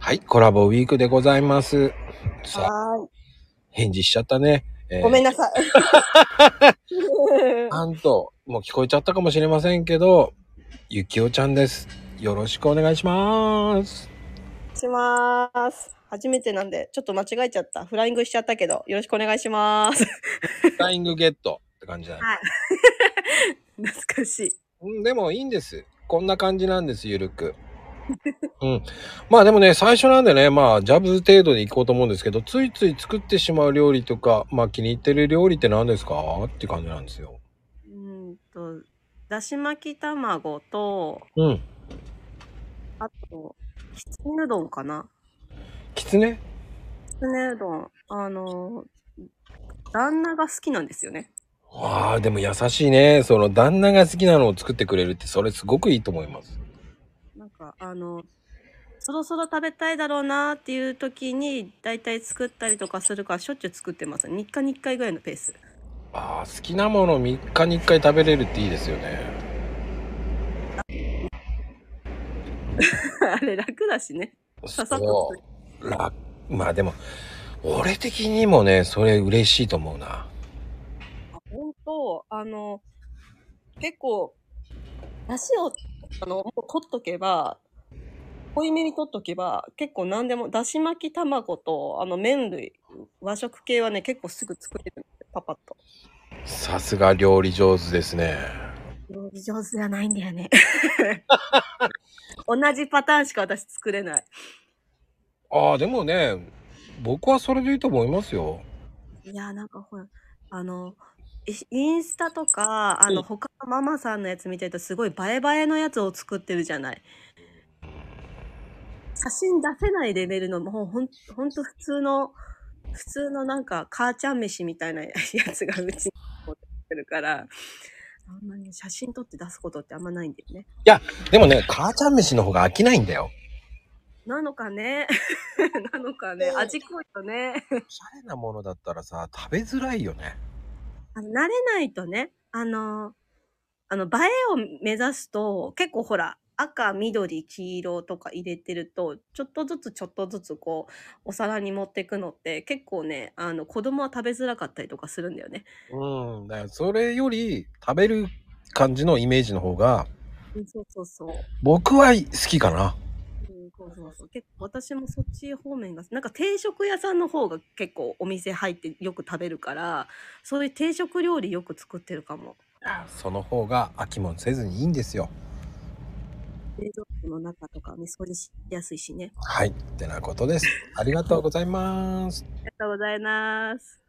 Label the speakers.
Speaker 1: はい、コラボウィークでございます。さあ、
Speaker 2: は
Speaker 1: 返事しちゃったね。
Speaker 2: ー
Speaker 1: え
Speaker 2: い。
Speaker 1: ー
Speaker 2: ごめんな さい。
Speaker 1: なんと、もう聞こえちゃったかもしれませんけど、ゆきおちゃんです。よろしくお願いし ます。
Speaker 2: します。初めてなんで、ちょっと間違えちゃった。フライングしちゃったけど、よろしくお願いします。
Speaker 1: フ ライングゲットって感じだね。
Speaker 2: 懐かしい。
Speaker 1: うん、でもいいんです。こんな感じなんです、ゆるく。うん。まあでもね、最初なんでね、まあ、ジャブ程度でいこうと思うんですけど、ついつい作ってしまう料理とか、まあ気に入ってる料理って何ですかって感じなんですよ。
Speaker 2: うーんと、だし巻き卵と、
Speaker 1: うん。
Speaker 2: あと、きつねうどんかな。
Speaker 1: きつね
Speaker 2: きつねうどん。あの、旦那が好きなんですよね。
Speaker 1: わあ、でも優しいね。その旦那が好きなのを作ってくれるって、それすごくいいと思います。
Speaker 2: なんかあのそろそろ食べたいだろうなっていう時にだいたい作ったりとかするからしょっちゅう作ってます3日に1回ぐらいのペース
Speaker 1: ああ、好きなもの3日に1回食べれるっていいですよね。
Speaker 2: あれ楽だしね
Speaker 1: そ
Speaker 2: ささっと作る
Speaker 1: う。ら、まあでも、俺的にもね、それ嬉しいと思うな。
Speaker 2: ほんとあの結構だしをあのもう取っとけば濃いめに取っとけば結構何でもだし巻き卵とあの麺類和食系はね結構すぐ作れるんでパパッと
Speaker 1: さすが料理上手ですね。
Speaker 2: 料理上手じゃないんだよね 同じパターンしか私作れない
Speaker 1: ああ、でもね、僕はそれでいいと思いますよ。
Speaker 2: いや、なんかほら、あの、イインスタとか、あ
Speaker 1: うん
Speaker 2: の、他のママさんのやつ見てると、すごい映え映えのやつを作ってるじゃない。写真出せないレベルの、もうほんほんと普通の、普通のなんか、母ちゃん飯みたいなや つがうちに持ってるから、あんまり写真撮って出すことってあんまないんだよね。
Speaker 1: でもね、母ちゃん飯の方が飽きないんだよ。
Speaker 2: なのかね なのかね味濃いよね。
Speaker 1: おしゃれなものだったらさ、食べづらいよね。
Speaker 2: あの慣れないとね、あの、あの、映えを目指すと、結構ほら、赤、緑、黄色とか入れてると、ちょっとずつちょっとずつこう、お皿に持っていくのって、結構ね、あの、子供は食べづらかったりとかするんだよね。
Speaker 1: うん。だからそれより食べる感じのイメージの方が、
Speaker 2: そうそうそう。
Speaker 1: 僕は好きかな。
Speaker 2: うん、そうそうそう。結構私もそっち方面が、なんか定食屋さんの方が結構お店入ってよく食べるから、そういう定食料理よく作ってるかも。
Speaker 1: その方が飽きもせずにいいんですよ。
Speaker 2: 冷蔵庫の中とかね、掃除しやすいしね。
Speaker 1: はい。ってなことです。ありがとうございます。
Speaker 2: ありがとうございます。